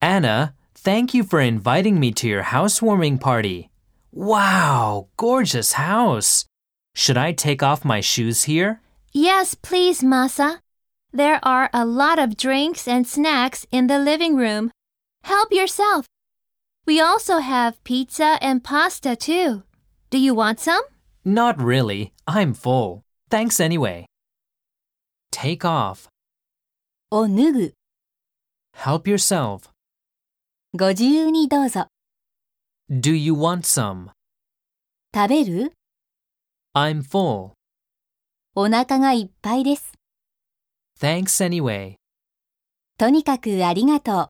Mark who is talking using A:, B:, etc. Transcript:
A: Anna, thank you for inviting me to your housewarming party. Wow, gorgeous house. Should I take off my shoes here?
B: Yes, please, Masa. There are a lot of drinks and snacks in the living room. Help yourself. We also have pizza and pasta too. Do you want some?
A: Not really. I'm full. Thanks anyway. Take off.
C: お脱ぐ、
A: Help yourself.
C: ご自由にどうぞ。
A: Do you want some?
C: 食べる、
A: I'm full.
C: お腹がいっぱいです。
A: Thanks anyway.
C: とにかくありがとう。